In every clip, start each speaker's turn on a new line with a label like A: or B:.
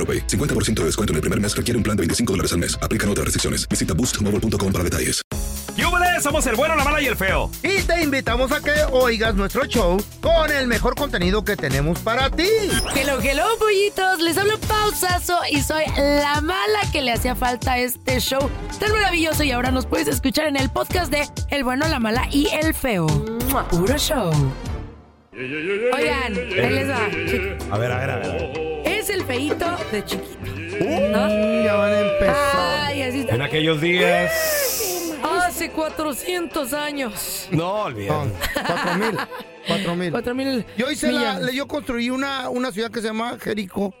A: 50% de descuento en el primer mes requiere un plan de 25 dólares al mes. Aplican otras restricciones. Visita boostmobile.com para detalles.
B: ¡Yúbele! Somos el bueno, la mala y el feo.
C: Y te invitamos a que oigas nuestro show con el mejor contenido que tenemos para ti.
D: Hello, hello, pollitos. Les hablo pausazo y soy la mala que le hacía falta a este show tan maravilloso. Y ahora nos puedes escuchar en el podcast de El bueno, la mala y el feo. Puro show. Oigan, ahí les va.
E: A ver, a ver, a ver.
D: Es el feito de chiquito.
C: Ya van a
D: Ay, así está.
E: En aquellos días.
D: Hace 400 años.
E: No, olvídate.
C: Cuatro mil. Cuatro mil.
D: 4000.
C: Yo hice la,
D: millones.
C: le- yo construí una, una ciudad que se llama Jericó.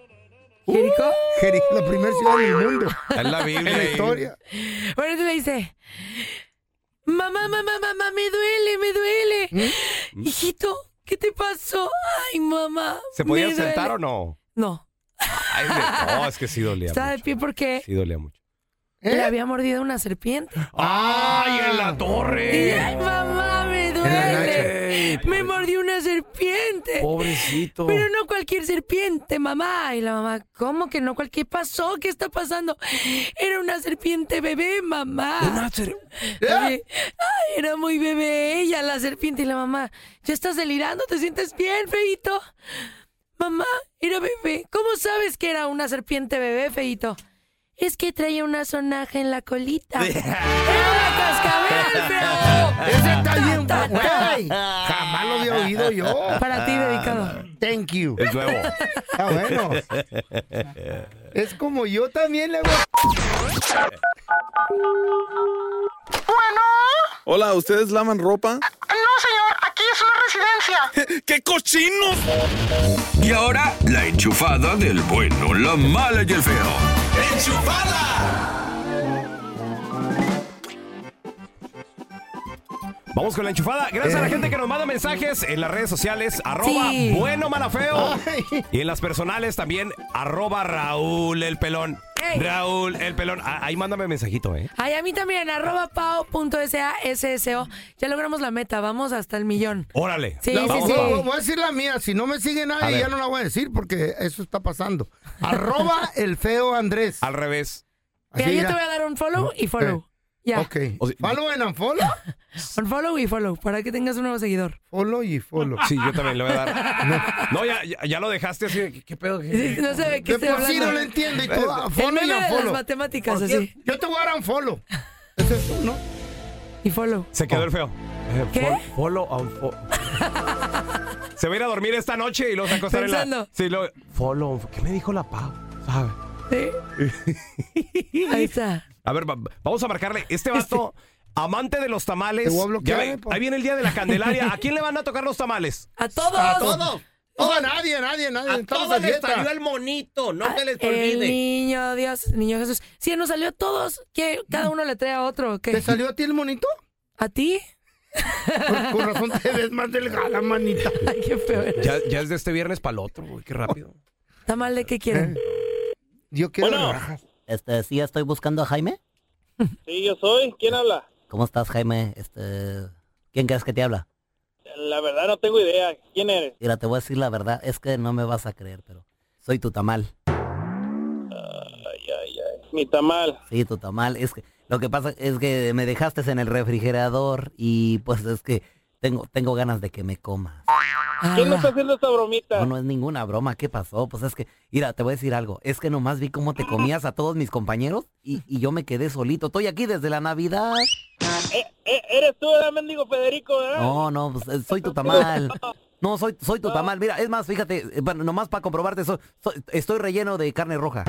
D: Uh. ¿Jericó?
C: Jericó, la primera ciudad del mundo
E: Está en la
C: en la
E: Biblia. y-
C: historia.
D: Ahora sí le dice, mamá, mamá, mamá, me duele, me duele. Hijito, ¿qué te pasó? Ay, mamá.
E: ¿Mm? ¿Se podía
D: me duele".
E: sentar o no?
D: No,
E: Ay, me- no, es que sí dolía
D: estaba de
E: mucho.
D: pie porque
E: Sí dolía mucho.
D: le había mordido una serpiente.
E: ¡Ay, en la
D: Y,
E: torre!
D: ay, mamá, me duele. Me mordió una serpiente.
E: Pobrecito.
D: Pero no cualquier serpiente, mamá. Y la mamá, ¿cómo que no cualquier? ¿Qué pasó? ¿Qué está pasando? Era una serpiente bebé, mamá. Oye, ay, era muy bebé ella, la serpiente y la mamá. Ya estás delirando, ¿te sientes bien, feito? Mamá, era bebé. ¿Cómo sabes que era una serpiente bebé, feito? Es que traía una sonaja en la colita. ¡Era una cascabel, feo!
C: Ese está bien,
D: Ta, ta, ta.
C: güey. Jamás lo había oído yo.
D: Para ti dedicado.
C: Thank you.
E: Es nuevo.
C: Está bueno. Es como yo también le hago.
F: Bueno,
G: Hola, ¿ustedes lavan ropa?
F: no señor, aquí es una residencia.
G: ¡Qué cochinos!
B: Y ahora, la enchufada del bueno, la mala y el feo.
E: Vamos con la enchufada. Gracias a la gente que nos manda mensajes en las redes sociales, arroba
D: Eh. Sí.
E: bueno malafeo.
C: Ay.
E: Y en las personales también, arroba Raúl el pelón.
D: Ey.
E: Raúl el pelón. Ah, Ahí mándame mensajito, ¿eh?
D: Ay, a mí también, arroba pao.sasso. Ya logramos la meta, vamos hasta el millón.
E: Órale.
D: Sí,
C: La-
D: sí,
C: voy,
D: sí.
C: voy- voy a decir la mía. Si no me sigue
E: A
C: nadie,
E: ver.
C: ya no la voy a decir porque eso está pasando. Arroba el feo Andrés.
E: Al revés.
D: Mira,
C: Así,
D: yo
C: mira.
D: te voy a dar un follow y follow. Ya.
C: Ok.
E: O sea-
C: follow and unfollow.
D: Un follow y follow, para que tengas un nuevo seguidor.
C: Follow y follow.
E: Sí, yo también le voy a dar. No, ya, ya- ya lo dejaste así. de que, ¿Qué pedo? ¿Qué-
D: Sí, No sé de qué
C: De
D: estoy
C: por sí
D: hablando.
C: no lo entiendo y tú ah,
D: El
C: follow
D: meme
C: y
D: de las
C: unfollow.
D: matemáticas,
C: ¿Por qué?
D: así.
C: Yo te voy a dar unfollow. ¿Es eso, no?
D: Y follow.
E: Se quedó el feo.
D: ¿Qué?
C: Eh,
E: Fol- follow a un fo- Se va a ir a dormir esta noche y lo sacó a estar en la.
D: Pensando.
E: Sí, lo... Follow. ¿Qué me dijo la pa? ¿Sabe?
D: Sí. Ahí está.
E: A ver, va- vamos a marcarle. Este vato, amante de los tamales.
C: Te voy a bloquear,
E: Ya ve-
C: eh, por-
E: ahí viene el día de la Candelaria. ¿A quién le van a tocar los tamales?
D: A todos.
C: A todos. No, a nadie, a nadie, a nadie. Estamos a dieta.
D: Ah, El niño Dios, el niño Jesús. Sí, nos salió a todos. que Cada uno le trae a otro. ¿qué?
C: ¿Te salió a ti el monito?
D: ¿A ti?
C: Con, con razón te ves más delgada, manita.
D: Ay, qué feo. eres.
E: Ya, ya es de este viernes para el otro, güey. Qué rápido.
D: ¿Está mal de qué quieren?
C: Eh, Yo quiero rajas.
H: Este, sí, estoy buscando a Jaime. Sí, yo soy. ¿Quién habla?
I: ¿Cómo estás, Jaime? Este, ¿Quién crees que te habla?
H: La verdad no tengo idea. ¿Quién eres?
I: Mira, te voy a decir la verdad. Es que no me vas a creer, pero soy tu tamal.
H: Ay, ay, ay. Mi tamal.
I: Sí, tu tamal. Es que lo que pasa es que me dejaste en el refrigerador y pues es que tengo, tengo ganas de que me comas.
H: ¿Quién me está haciendo esta bromita?
I: No, no es ninguna broma. ¿Qué pasó? Pues es que, mira, te voy a decir algo. Es que nomás vi cómo te comías a todos mis compañeros y, y yo me quedé solito. Estoy aquí desde la Navidad.
H: Eh, eh, eres tú, ¿verdad, mendigo Federico, verdad?
I: No, no, pues, eh, soy tu tamal. No, soy, soy tu tamal. Mira, es más, fíjate, eh, pa- nomás para comprobarte, so- so- estoy relleno de carne roja.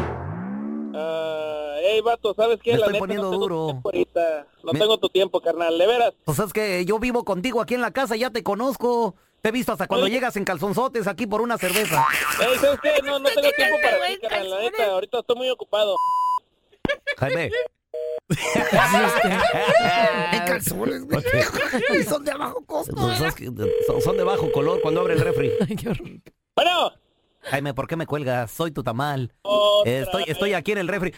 H: Ah, ey, vato, ¿sabes qué?
I: Me
H: la
I: estoy
H: neta,
I: poniendo
H: no tengo
I: duro.
H: tu tiempo ahorita. No
I: Me-
H: tengo tu tiempo, carnal. De veras.
I: Pues es que yo vivo contigo aquí en la casa, ya te conozco. Te he visto hasta cuando
H: Ey.
I: llegas en calzonzotes aquí por una cerveza.
H: Ey, ¿sabes qué? No, no tengo tiempo para ti, carnal. La neta, ahorita estoy muy ocupado.
I: Jaime.
C: En calzones, güey. Y son de abajo costo.
I: Pues es que son, son de bajo color cuando abre el refri.
H: Bueno.
I: Jaime, ¿por qué me cuelgas? Soy tu tamal.
H: Otra
I: Eh, Estoy, estoy aquí en el refri.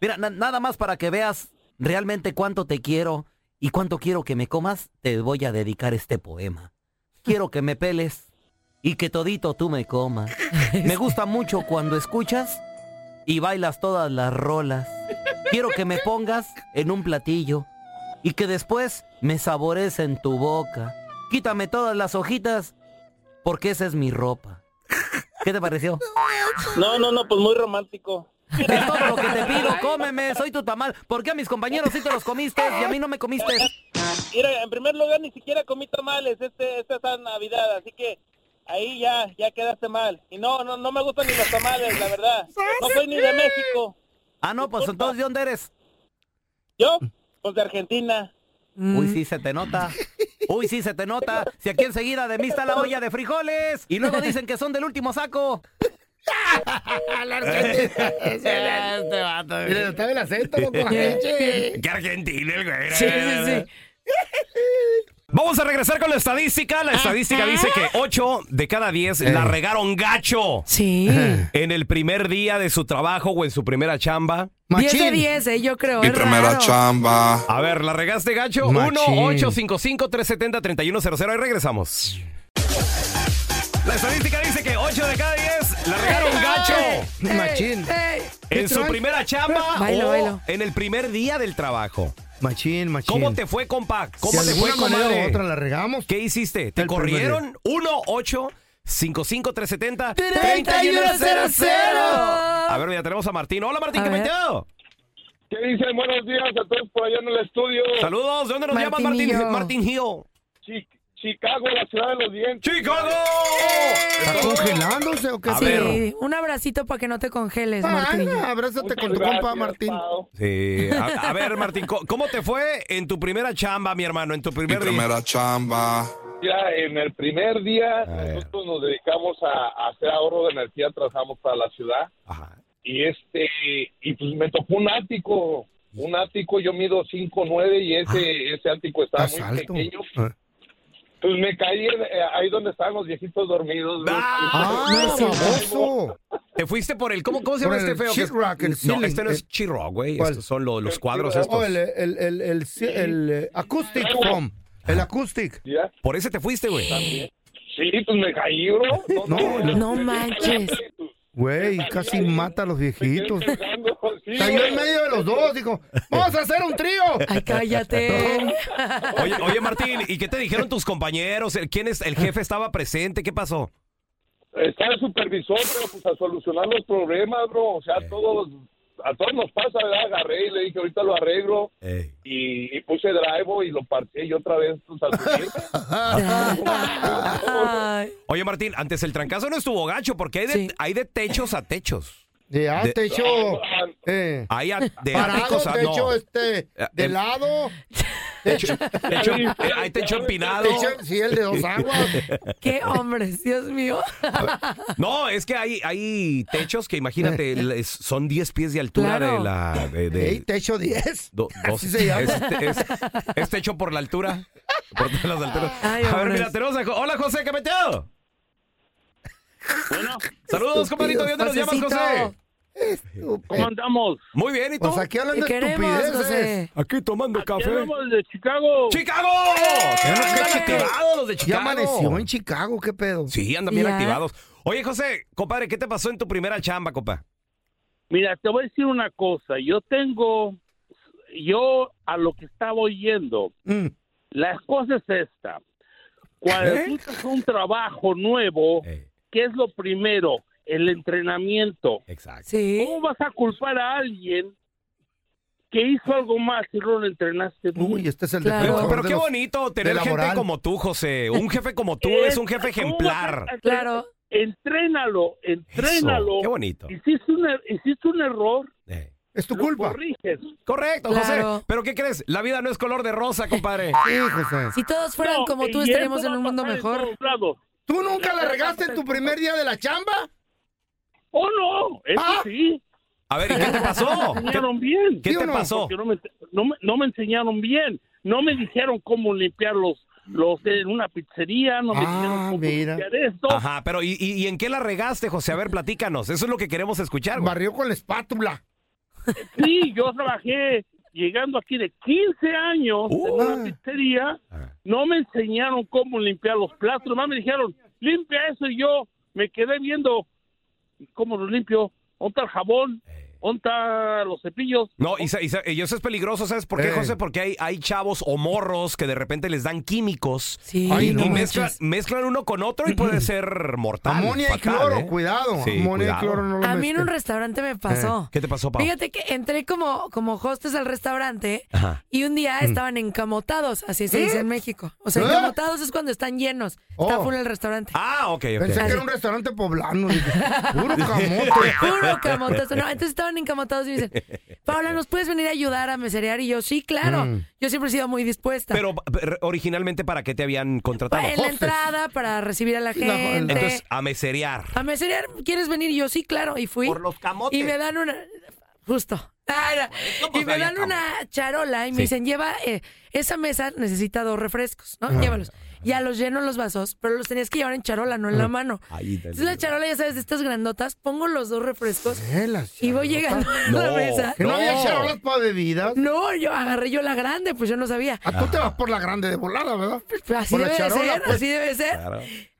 I: Mira, na- nada más para que veas realmente cuánto te quiero y cuánto quiero que me comas, te voy a dedicar este poema. Quiero que me peles y que todito tú me comas. Me gusta mucho cuando escuchas y bailas todas las rolas. Quiero que me pongas en un platillo y que después me sabores en tu boca. Quítame todas las hojitas porque esa es mi ropa. ¿Qué te pareció?
H: No, no, no, pues muy romántico.
I: Es todo lo que te pido, cómeme, soy tu tamal. ¿Por qué a mis compañeros sí te los comiste y a mí no me comiste?
H: Mira, en primer lugar ni siquiera comí tamales este, esta esta Navidad, así que ahí ya, ya quedaste mal. Y no, no, no me gustan ni los tamales, la verdad. No soy ni de México.
I: Ah, no, pues entonces, ¿de dónde eres?
H: Yo, pues de Argentina.
I: Uy, sí, se te nota. Uy, sí, se te nota. Si aquí enseguida de mí está la olla de frijoles y luego dicen que son del último saco.
C: Este vato, güey. Mira, estaba el acento, loco.
E: Qué argentino el güey. Vamos a regresar con la estadística. La estadística dice que 8 de cada 10 la regaron gacho.
D: Sí.
E: En el primer día de su trabajo o en su primera chamba.
D: 10 de 10, eh, yo creo.
E: Mi
D: es
E: primera
D: raro.
E: chamba. A ver, ¿la regaste, gacho?
D: Machín.
E: 1-855-370-3100. Ahí regresamos. La estadística dice que 8 de cada 10 la regaron gacho.
C: Ey, Machín. ey.
E: En su
C: Literal.
E: primera chamba
C: Bailo,
E: o
C: bailo.
E: en el primer día del trabajo.
C: Machín, machín.
E: ¿Cómo te fue, compa? ¿Cómo
C: Si
E: te
C: de
E: fue,
C: alguna manera
E: comadre?
C: u otra la regamos.
E: ¿Qué hiciste? ¿Te
C: El primer
E: corrieron? 1 8 55 370
C: 3100.
E: A ver, mira, tenemos a Martín. Hola, Martín, ¿qué metido?
J: ¿Qué dicen? Buenos días a todos por allá en el estudio.
E: Saludos, ¿de dónde nos llamas, Martín?
J: Martinillo.
E: Martín Hill.
J: Chi- Chicago, la ciudad de los dientes. Eh.
E: ¡Chicago!
C: ¿Está congelándose o qué?
E: A
D: sí,
E: ver.
D: un abracito para que no te congeles,
C: Ah,
D: Martín.
C: abrázate con tu compa, Martín.
E: Sí. Eh, A, a ver, Martín, ¿co- ¿cómo te fue en tu primera chamba, mi hermano? En tu primer día.
K: primera
E: chamba.
J: Ya en el primer día nosotros nos dedicamos a, a hacer ahorro de energía, trabajamos para la ciudad. Y este y pues me tocó un ático, un ático, yo mido 5'9 y ese ese ático estaba muy pequeño. Pues me caí en- eh, ahí donde estaban los viejitos dormidos. ¿no?
E: Ah, Te fuiste por el. ¿Cómo, cómo se
C: Por
E: llama este
C: el
E: feo? que es-
C: sheetrock, el
E: no,
C: ceiling,
E: este no es
C: el-
E: Chirrock, güey.
C: ¿Cuál?
E: Estos son los, los cuadros
C: Oh,
E: estos.
C: el, el, el, el, el, eh, acoustic foam. El acoustic.
E: Por ese te fuiste, güey.
J: Sí, pues me caí, bro.
C: No, no.
D: No manches.
C: Güey, casi mata a los viejitos.
J: Sí,
C: Cayó
J: güey.
C: en medio de los dos, dijo, vamos a hacer un trío.
D: Ay, cállate.
E: Oye, oye, Martín, ¿y qué te dijeron tus compañeros? ¿El- ¿Quién es? ¿El jefe estaba presente? ¿Qué pasó?
J: está el supervisor, pero pues a solucionar los problemas, bro. O sea, a todos, a todos nos pasa, ¿verdad? Agarré y le dije, ahorita lo arreglo. Y, y puse drive y lo parté y otra vez, pues a subir.
E: Oye, Martín, antes el trancazo no estuvo gacho porque hay de, hay de techos a techos.
C: De a
E: De-
C: Ah, techo.
J: Ah,
C: Eh,
E: Hay a- de
C: parado,
E: áticos a- no.
C: techo este,
E: Eh,
C: de
E: el-
C: lado.
E: Techo- techo- eh, hay techo empinado.
C: Techo- sí, el de dos aguas.
D: Qué hombres, Dios mío.
E: No, es que hay, hay techos que imagínate, le- son 10 pies de altura
C: Claro.
E: de la... De, de-
C: Ey, techo 10.
E: do- dos-
C: Así se llama.
E: Es, es- es techo por la altura. Por todas las alturas.
C: Ay,
E: a ver,
C: hombres.
E: mira, tenemos a Jo- Hola, José, ¿qué meteo? Bueno. Saludos, compadrito. ¿De dónde nos llamas,
D: Josecito.
E: José?
H: ¿Cómo andamos?
E: Muy bien, ¿y tú?
C: Pues aquí hablando de estupideces.
E: Aquí tomando café.
H: Somos de Chicago.
E: ¡Chicago!
C: ¿Qué
E: Andan
C: onda, qué?
E: activados los de
C: Ya
E: Chicago.
C: amaneció en Chicago, qué pedo.
E: Sí, andan bien
C: Ya.
E: activados. Oye, José, compadre, ¿qué te pasó en tu primera chamba, compa?
H: Mira, te voy a decir una cosa. Yo tengo, yo a lo que estaba oyendo, la cosa es esta. Cuando
E: ¿Eh?
H: tú estás en un trabajo nuevo, ¿qué es lo primero? El entrenamiento.
E: Exacto.
H: ¿Cómo vas a culpar a alguien que hizo algo más y no lo entrenaste tú?
C: Uy, este es el
H: Claro.
E: Pero, pero
H: de
E: qué
H: los-
E: bonito
H: de
E: tener
H: la
E: gente
H: moral.
E: como tú, José. Un jefe como tú es un jefe ejemplar.
H: Claro. Entrénalo, entrénalo.
E: qué bonito. Eh.
H: Hiciste un, er- hiciste un error.
C: Es tu
H: culpa. Corriges.
E: Correcto,
H: Claro.
E: José. Pero ¿qué crees? La vida no es color de rosa, compadre.
C: Sí, José.
D: Si todos fueran
H: No,
D: como tú,
H: y
D: estaríamos
H: eso
D: en
H: va
D: un
H: a
D: mundo
H: pasar en
D: mejor.
C: ¿Tú nunca la regaste en tu primer día de la chamba? Ah.
H: ¡Oh, no! Eso sí.
E: A ver, ¿y qué te pasó?
H: No me enseñaron bien.
E: ¿Qué ¿Sí o te no? pasó?
H: Porque No me, no me- no me enseñaron bien. No me dijeron cómo limpiar los, los en una pizzería. No me
E: Ah,
H: dijeron
C: Ah,
H: cómo limpiar esto.
E: Ajá, pero ¿y, y, y en qué la regaste, José? A ver, platícanos. Eso es lo que queremos escuchar.
C: Barrió con la espátula.
H: Sí, yo trabajé llegando aquí de 15 años en una pizzería. No me enseñaron cómo limpiar los platos. Nomás me dijeron, limpia eso. Y yo me quedé viendo cómo lo limpio. ¿Dónde está el jabón? ¿Dónde están los cepillos?
E: No, y, sa- y sa- y eso es peligroso, ¿sabes por qué,
C: Eh.
E: José? Porque hay, hay chavos o morros que de repente les dan químicos
C: Sí.
E: y,
C: Ay,
E: y
C: no
E: mezclan,
C: manches.
E: mezclan uno con otro y puede ser mortal.
C: Amonia y
E: fatal,
C: cloro,
E: ¿eh?
C: cuidado.
E: Sí,
C: Amonia
E: cuidado.
C: y cloro no lo
D: A mí en un
C: mezclen.
D: restaurante me pasó.
E: Eh, ¿Qué te pasó, Pau?
D: Fíjate que entré como, como hostes al restaurante
E: Ajá.
D: y un día
E: Mm.
D: estaban encamotados, así se
C: ¿Eh?
D: dice en México. O sea,
C: ¿Eh?
D: encamotados es cuando están llenos. Está
C: Oh.
D: full el restaurante.
E: Ah, ok, ok.
C: Pensé que era un restaurante poblano. dije, Puro camote.
D: Puro camotazo. No, entonces estaban encamotados y me dicen, Paula, ¿nos puedes venir a ayudar a meserear? Y yo, sí, claro.
E: Mm.
D: Yo siempre he sido muy dispuesta.
E: Pero pero, originalmente, ¿para qué te habían contratado?
D: Pues, en la entrada para recibir a la gente.
E: Entonces, a meserear.
D: A meserear, ¿quieres venir? Y yo, sí, claro. Y fui. Por los camotes. Y me dan una. Justo. Ah, era. y me
E: había
D: dan una charola y me
E: Sí.
D: dicen, lleva. eh, esa mesa necesita dos refrescos, ¿no?
E: Ah.
D: Llévalos. Ya los lleno los vasos, pero los tenías que llevar en charola, no en la mano.
E: Ahí te-
D: Entonces la charola, ya sabes, de estas grandotas, pongo los dos refrescos y voy llegando a la
C: No,
D: mesa.
C: ¿Que no había charolas para bebidas?
D: No, yo agarré yo la grande, pues yo no sabía. Pues,
C: Ah, tú te vas por la grande de volada, ¿verdad?
D: Así
C: por la
D: debe de
C: charola,
D: ser,
C: pues.
D: así debe de ser.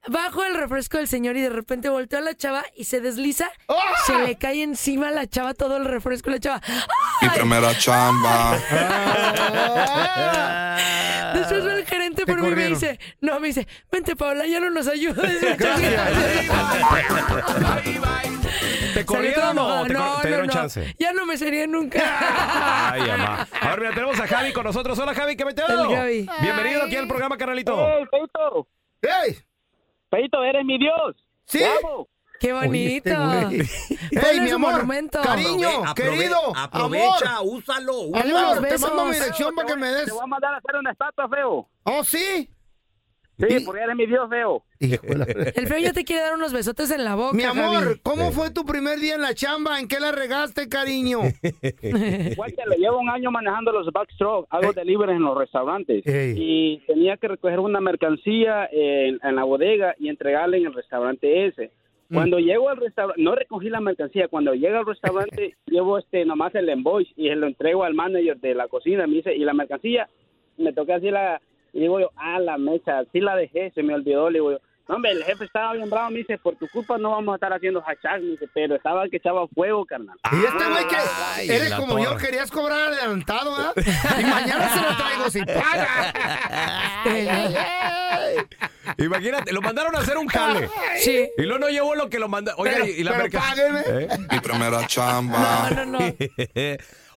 D: Bajo el refresco del señor y de repente volteó a la chava y se desliza.
C: ¡Ah!
D: Se le cae encima a la chava todo el refresco. La chava. ¡ah!
K: Mi primera chamba.
C: ¡Ah!
D: Después ve el gerente por mí y me
K: corrieron.
D: dice: No, me dice, vente, Paula, ya no nos ayudes.
E: ¿Te
D: Salí
E: corrieron
D: toda
E: o
D: enojada.
E: te, cor-
D: No,
E: te dieron
D: no, no.
E: chance?
D: Ya no me sería nunca.
E: Ay, mamá. A ver, mira, tenemos a Javi con nosotros. Hola, Javi, ¿qué me
D: Hola, Javi.
E: Bienvenido aquí al programa, canalito.
L: ¡Hey, Peito!
C: ¡Hey!
L: Peito, eres mi Dios.
C: ¡Sí!
L: Te amo.
D: ¡Qué bonito!
E: este
C: ¡Ey,
D: Ponle
C: mi
D: su
C: amor!
D: monumento.
C: ¡Cariño,
L: Aprove-
C: querido!
L: aprovecha,
C: amor.
L: úsalo,
C: Ahí
L: úsalo.
C: vamos, Te
L: Besos.
C: mando mi dirección para que me des.
L: Te voy a mandar a hacer una estatua, feo.
C: ¡Oh, sí!
L: Sí, porque eres mi Dios, feo.
D: El feo ya te quiere dar unos besotes en la boca.
C: Mi amor,
D: Javi.
C: ¿cómo fue tu primer día en la chamba? ¿En qué la regaste, cariño? Este
L: Guáchale, llevo un año manejando los backstroke, hago
C: Eh.
L: delivery en los restaurantes. Y tenía que recoger una mercancía en, en la bodega y entregarla en el restaurante ese.
M: Mm.
C: Mm.
L: Cuando llego al restaurante, no recogí la mercancía, cuando llego al restaurante llevo este nomás el invoice y se lo entrego al manager de la cocina, me dice, y la mercancía, me toqué así la, y digo yo, ah, la mesa, así la dejé, se me olvidó, le digo yo, no, hombre, el jefe estaba bien bravo, me dice, por tu culpa no vamos a estar haciendo hashtag, me dice, pero estaba que echaba fuego, carnal.
C: Y este güey que
L: Ay,
C: eres
L: la
C: como yo,
L: torre.
C: querías cobrar adelantado, ¿verdad? Y mañana se lo traigo sin paga.
E: Imagínate, lo mandaron a hacer un jale.
D: Sí.
E: Y luego no llevó lo que lo manda. Oye,
C: Pero-
E: y la
C: pero
E: merca- ¿Eh?
C: páguenme.
K: Mi primera chamba.
D: No, no, no.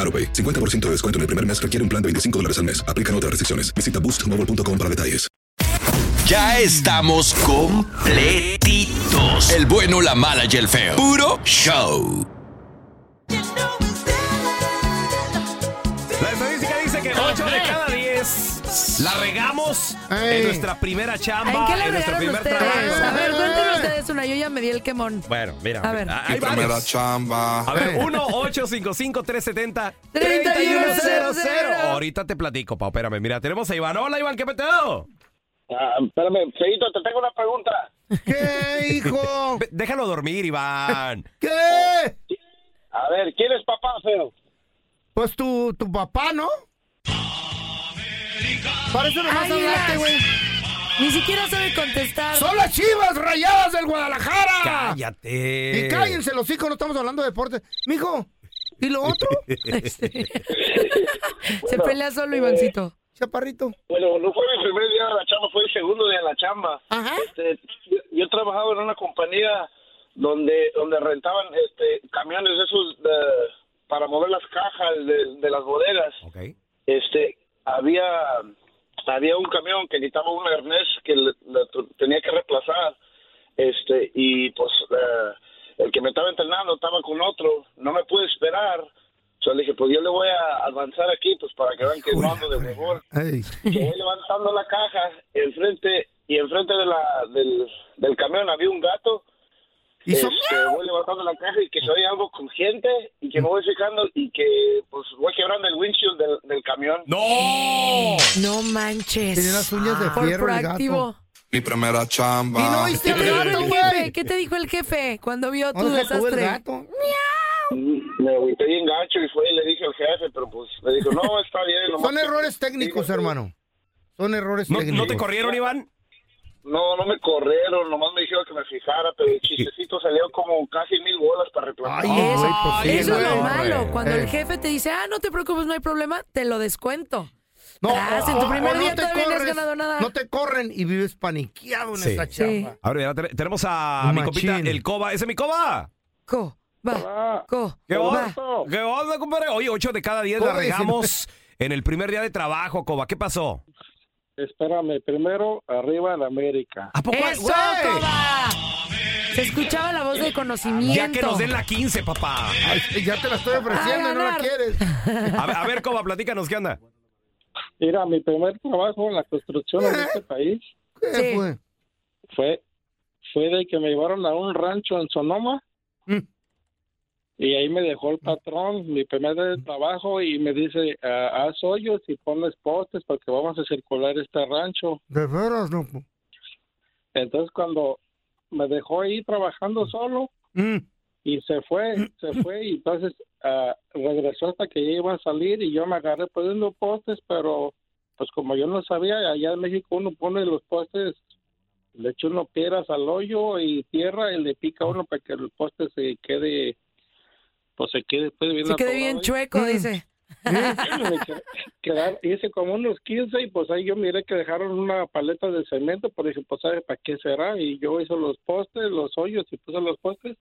A: AroPay. 50% de descuento en el primer mes requiere un plan de 25 dólares al mes. Aplican otras restricciones. Visita boostmobile.com para detalles.
N: Ya estamos completitos. El bueno, la mala y el feo. Puro show.
E: La estadística dice que 8 de cada 10 la regamos
D: Ey.
E: en nuestra primera chamba,
D: ¿En qué la
E: en nuestro
D: regaron
E: primer
D: ustedes?
E: trabajo.
D: A ver, cuéntenme ustedes una. Yo ya me di el quemón.
E: Bueno, mira.
D: A ver.
E: Hay
K: Mi primera
E: varios.
K: chamba.
E: A ver, 1-855-370.
D: 3100.
E: Ahorita te platico, pa. Espérame, mira, tenemos a Iván. Hola, Iván, ¿qué peteo?
O: Ah, espérame, Feito, te tengo una pregunta.
C: ¿Qué, hijo?
E: Déjalo dormir, Iván.
C: ¿Qué?
O: A ver, ¿quién es papá, feo?
C: Pues tu, tu papá, ¿no? Para eso nomás
D: Águilas.
C: hablaste, güey.
D: Ni siquiera sabe contestar.
C: ¡Son las chivas rayadas del Guadalajara!
E: Cállate.
C: Y cállense los hijos, no estamos hablando de deportes. Mijo, ¿y lo otro?
D: Se pelea solo, Ivancito.
C: eh, Chaparrito.
O: Bueno, no fue mi primer día de la chamba, fue el segundo día de la chamba. Este, yo, yo trabajaba en una compañía donde donde rentaban este camiones de esos de- para mover las cajas de, de las bodegas. Este, había había un camión que necesitaba un arnés que le- le tu- tenía que reemplazar. Este, y pues eh, el que me estaba entrenando estaba con otro, no me pude esperar. Yo le dije, pues yo le voy a avanzar aquí, pues para que vean que no ando de mejor llegué levantando la caja enfrente y enfrente de la, del, del camión había un gato Este, voy levantando la caja y que soy algo con gente y que me voy fijando y que pues voy quebrando el windshield del, del camión
E: no
D: No manches.
C: Tiene las uñas de
D: Por
C: fierro el
D: proactivo.
C: gato.
K: Mi primera chamba.
D: ¿Y no oíste al gato, jefe? ¿Qué te dijo el jefe cuando vio tu
C: ¿Dónde estuvo el
D: desastre?
C: gato?
O: me agüité bien gacho y fue y le dije al jefe pero pues me dijo no está bien nomás
C: Son
O: que-
C: errores técnicos, hermano. Son errores
O: ¿No- no te
C: técnicos.
O: corrieron,
E: Iván?
O: no, no me corrieron, nomás me dijeron que me fijara, pero el chistecito salió como casi mil bolas para reemplazar.
C: pues
D: Eso es lo malo. Cuando
C: Eh.
D: el jefe te dice, ah, no te preocupes, no hay problema, te lo descuento. No, Ah, en tu
C: o-
D: primer
C: o
D: día
C: Oh, te
D: todavía no has
C: corres,
D: ganado nada.
C: No te corren y vives paniqueado en
E: Sí.
C: esta
E: Sí.
C: chamba.
E: A ver, mira, te- tenemos a mi copita, el Coba. ¿Ese es mi Coba?
D: Co, va, co,
E: ¿Qué
D: va.
E: onda? ¿Qué onda, compadre? Oye, 8 de cada 10 la
P: Coba, dice.
E: regamos en el primer día de trabajo, Coba. ¿Qué pasó?
P: Espérame, primero arriba en América.
D: Ah.
E: ¿A poco
D: ¡Eso, Coba! Se escuchaba la voz de conocimiento.
E: Ya que nos den la 15, papá.
C: ya te la estoy
D: ofreciendo y no la ganar.
C: quieres.
E: A ver, a ver, Coba, platícanos, ¿qué onda?
P: Mira, mi primer trabajo en la construcción en este país
C: fue?
P: fue fue de que me llevaron a un rancho en Sonoma y ahí me dejó el patrón mi primer día de trabajo y me dice "Ah, haz hoyos y ponles postes porque vamos a circular este rancho
C: De veras, loco.
P: Entonces cuando me dejó ahí trabajando solo
C: Mm.
P: y se fue, se fue y entonces ah, regresó hasta que ya iba a salir y yo me agarré poniendo postes, pero pues como yo no sabía, allá en México uno pone los postes, le echa uno piedras al hoyo y tierra y le pica uno para que el poste se quede, pues se quede pues, bien
D: Se quedó
P: atorado
D: bien
P: ahí.
D: chueco,
E: Mm.
D: dice.
P: Me qued- quedar- hice como unos 15 y pues ahí yo miré que dejaron una paleta de cemento, pero dije, pues ¿sabes para qué será? Y yo hice los postes, los hoyos y puse los postes.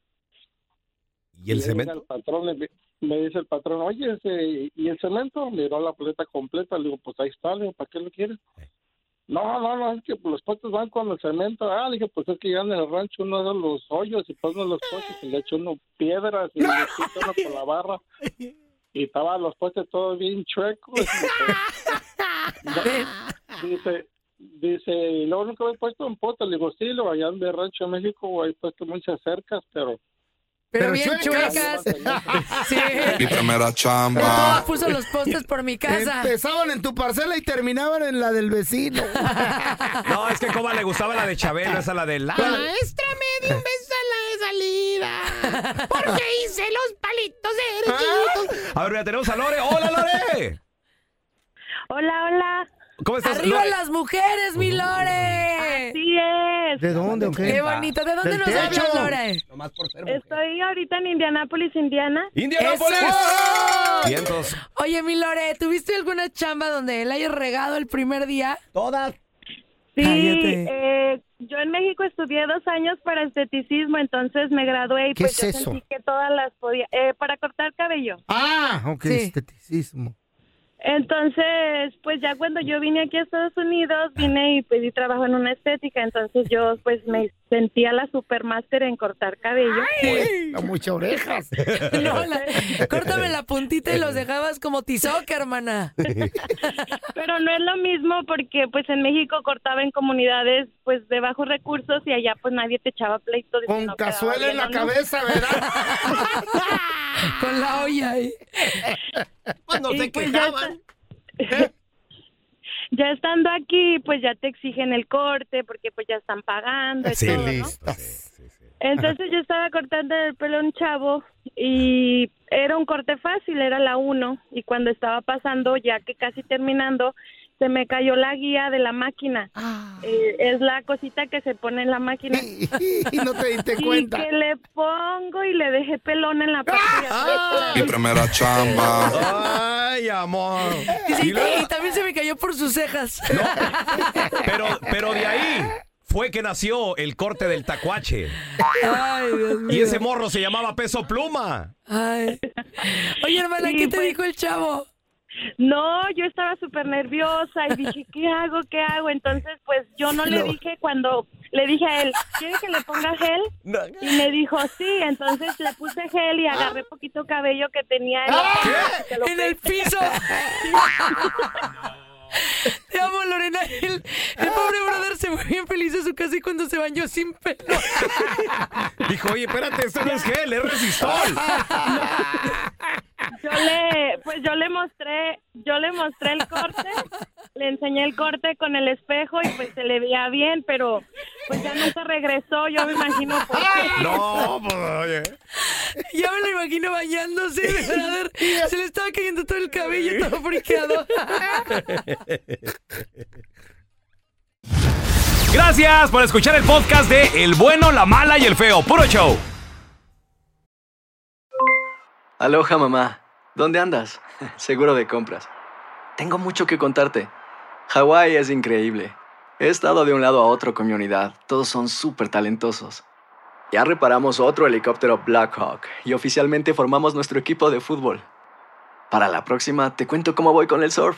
E: ¿Y el
P: le dije
E: cemento?
P: al patrón, le- me dice el patrón, oye, ese- ¿y el cemento? Miró la paleta completa, le digo, pues ahí está, le digo, ¿para qué lo quieres? No, no, no, es que los postes van con el cemento. Ah, le dije, pues es que ya en el rancho uno hace los hoyos y pone los postes y le echa uno piedras y le quita uno con la barra. Y estaban los postes todos bien chuecos. dice, dice, y luego nunca había puesto un poste. Le digo, sí, lo allá en el rancho de México, hay puesto muchas cercas, pero
D: Pero, bien chuecas. sí.
K: Mi primera
D: Pero todas
K: chamba.
D: puso los postes por mi casa.
C: Ah. Empezaban en tu parcela y terminaban en la del vecino.
E: No, es que Coba le gustaba la de Chabelo, esa la de la.
Q: Maestra me dio un beso en la de salida. Porque hice los palitos de
E: Ah.
Q: derechitos.
E: A ver, mira, tenemos a Lore. ¡Hola, Lore!
M: Hola, hola.
E: ¿Cómo estás,
D: ¡Arriba
E: Lore?
D: las mujeres, mi Lore!
M: Así es.
C: ¿De dónde o qué?
D: Qué bonito. ¿De dónde
C: Del
D: nos
C: techo.
D: hablas, Lore?
M: Estoy ahorita en Indianápolis, Indiana.
E: ¡Indianápolis!
D: ¡Eso!
E: Vientos.
D: Oye, mi Lore, ¿tuviste alguna chamba donde él haya regado el primer día?
I: Todas.
M: Sí,
D: Cállate.
M: eh, yo en México estudié dos años para esteticismo, entonces me gradué y
C: ¿Qué
M: pues
C: es
M: yo
C: eso?
M: sentí que todas las podía, eh, para cortar cabello.
C: Ah, ok,
M: Sí.
C: esteticismo.
M: Entonces, pues ya cuando yo vine aquí a Estados Unidos, vine y pedí trabajo en una estética, entonces yo pues me sentía la supermáster en cortar cabello.
C: No, muchas orejas.
D: No, la- córtame la puntita y
C: Este.
D: los dejabas como tizoca, hermana.
M: Pero no es lo mismo porque pues en México cortaba en comunidades pues de bajos recursos y allá pues nadie te echaba pleito. de que
C: Con
M: no quedaba
C: cazuela en
M: bien
C: la
M: o no.
C: cabeza, ¿verdad?
D: Con la olla ahí.
Q: Cuando
M: Y
Q: se
M: pues ya
Q: quejaban.
C: ¿Eh?
M: Ya estando aquí, pues ya te exigen el corte porque pues ya están pagando. y todo, ¿no? Entonces yo estaba cortando el pelo a un chavo y era un corte fácil, era la uno y cuando estaba pasando, ya que casi terminando, se me cayó la guía de la máquina. Eh, es la cosita que se pone en la máquina.
C: y no te diste ¡Ah!
M: cuenta. que le pongo y le dejé pelón en la parte de atrás.
K: Mi primera chamba.
E: Ay, amor.
D: Dice, y, y también se me cayó por sus cejas.
E: Pero, pero de ahí fue que nació el corte del tacuache.
D: Ay, Dios mío.
E: Y ese morro se llamaba Peso Pluma.
D: Ay. Oye, hermana,
M: Sí,
D: ¿qué te
M: pues.
D: dijo el chavo?
M: No, yo estaba súper nerviosa y dije, ¿qué hago? ¿Qué hago? Entonces, pues yo no le
D: No.
M: dije cuando le dije a él, ¿quiere que le ponga gel? Y me dijo, sí. Entonces le puse gel y agarré
D: Ah.
M: poquito cabello que tenía en, la panza y se lo
D: En el piso. Te amo, Lorena. El, el pobre brother se fue bien feliz a su casa y cuando se bañó sin pelo.
E: Dijo, oye, espérate, esto no es gel, es resistol.
M: Yo le, pues yo le mostré, yo le mostré el corte, le enseñé el corte con el espejo y pues se le veía bien, pero pues ya nunca regresó, yo me imagino por qué.
E: No, pues, oye.
D: Ya me lo imagino bañándose. de brother. Se le estaba cayendo todo el cabello, todo friqueado.
E: Gracias por escuchar el podcast de El Bueno, la Mala y el Feo. Puro show.
R: Aloha mamá, ¿dónde andas? Seguro de compras. Tengo mucho que contarte. Hawái es increíble. He estado de un lado a otro con mi unidad. Todos son súper talentosos. Ya reparamos otro helicóptero Blackhawk y oficialmente formamos nuestro equipo de fútbol. Para la próxima te cuento cómo voy con el surf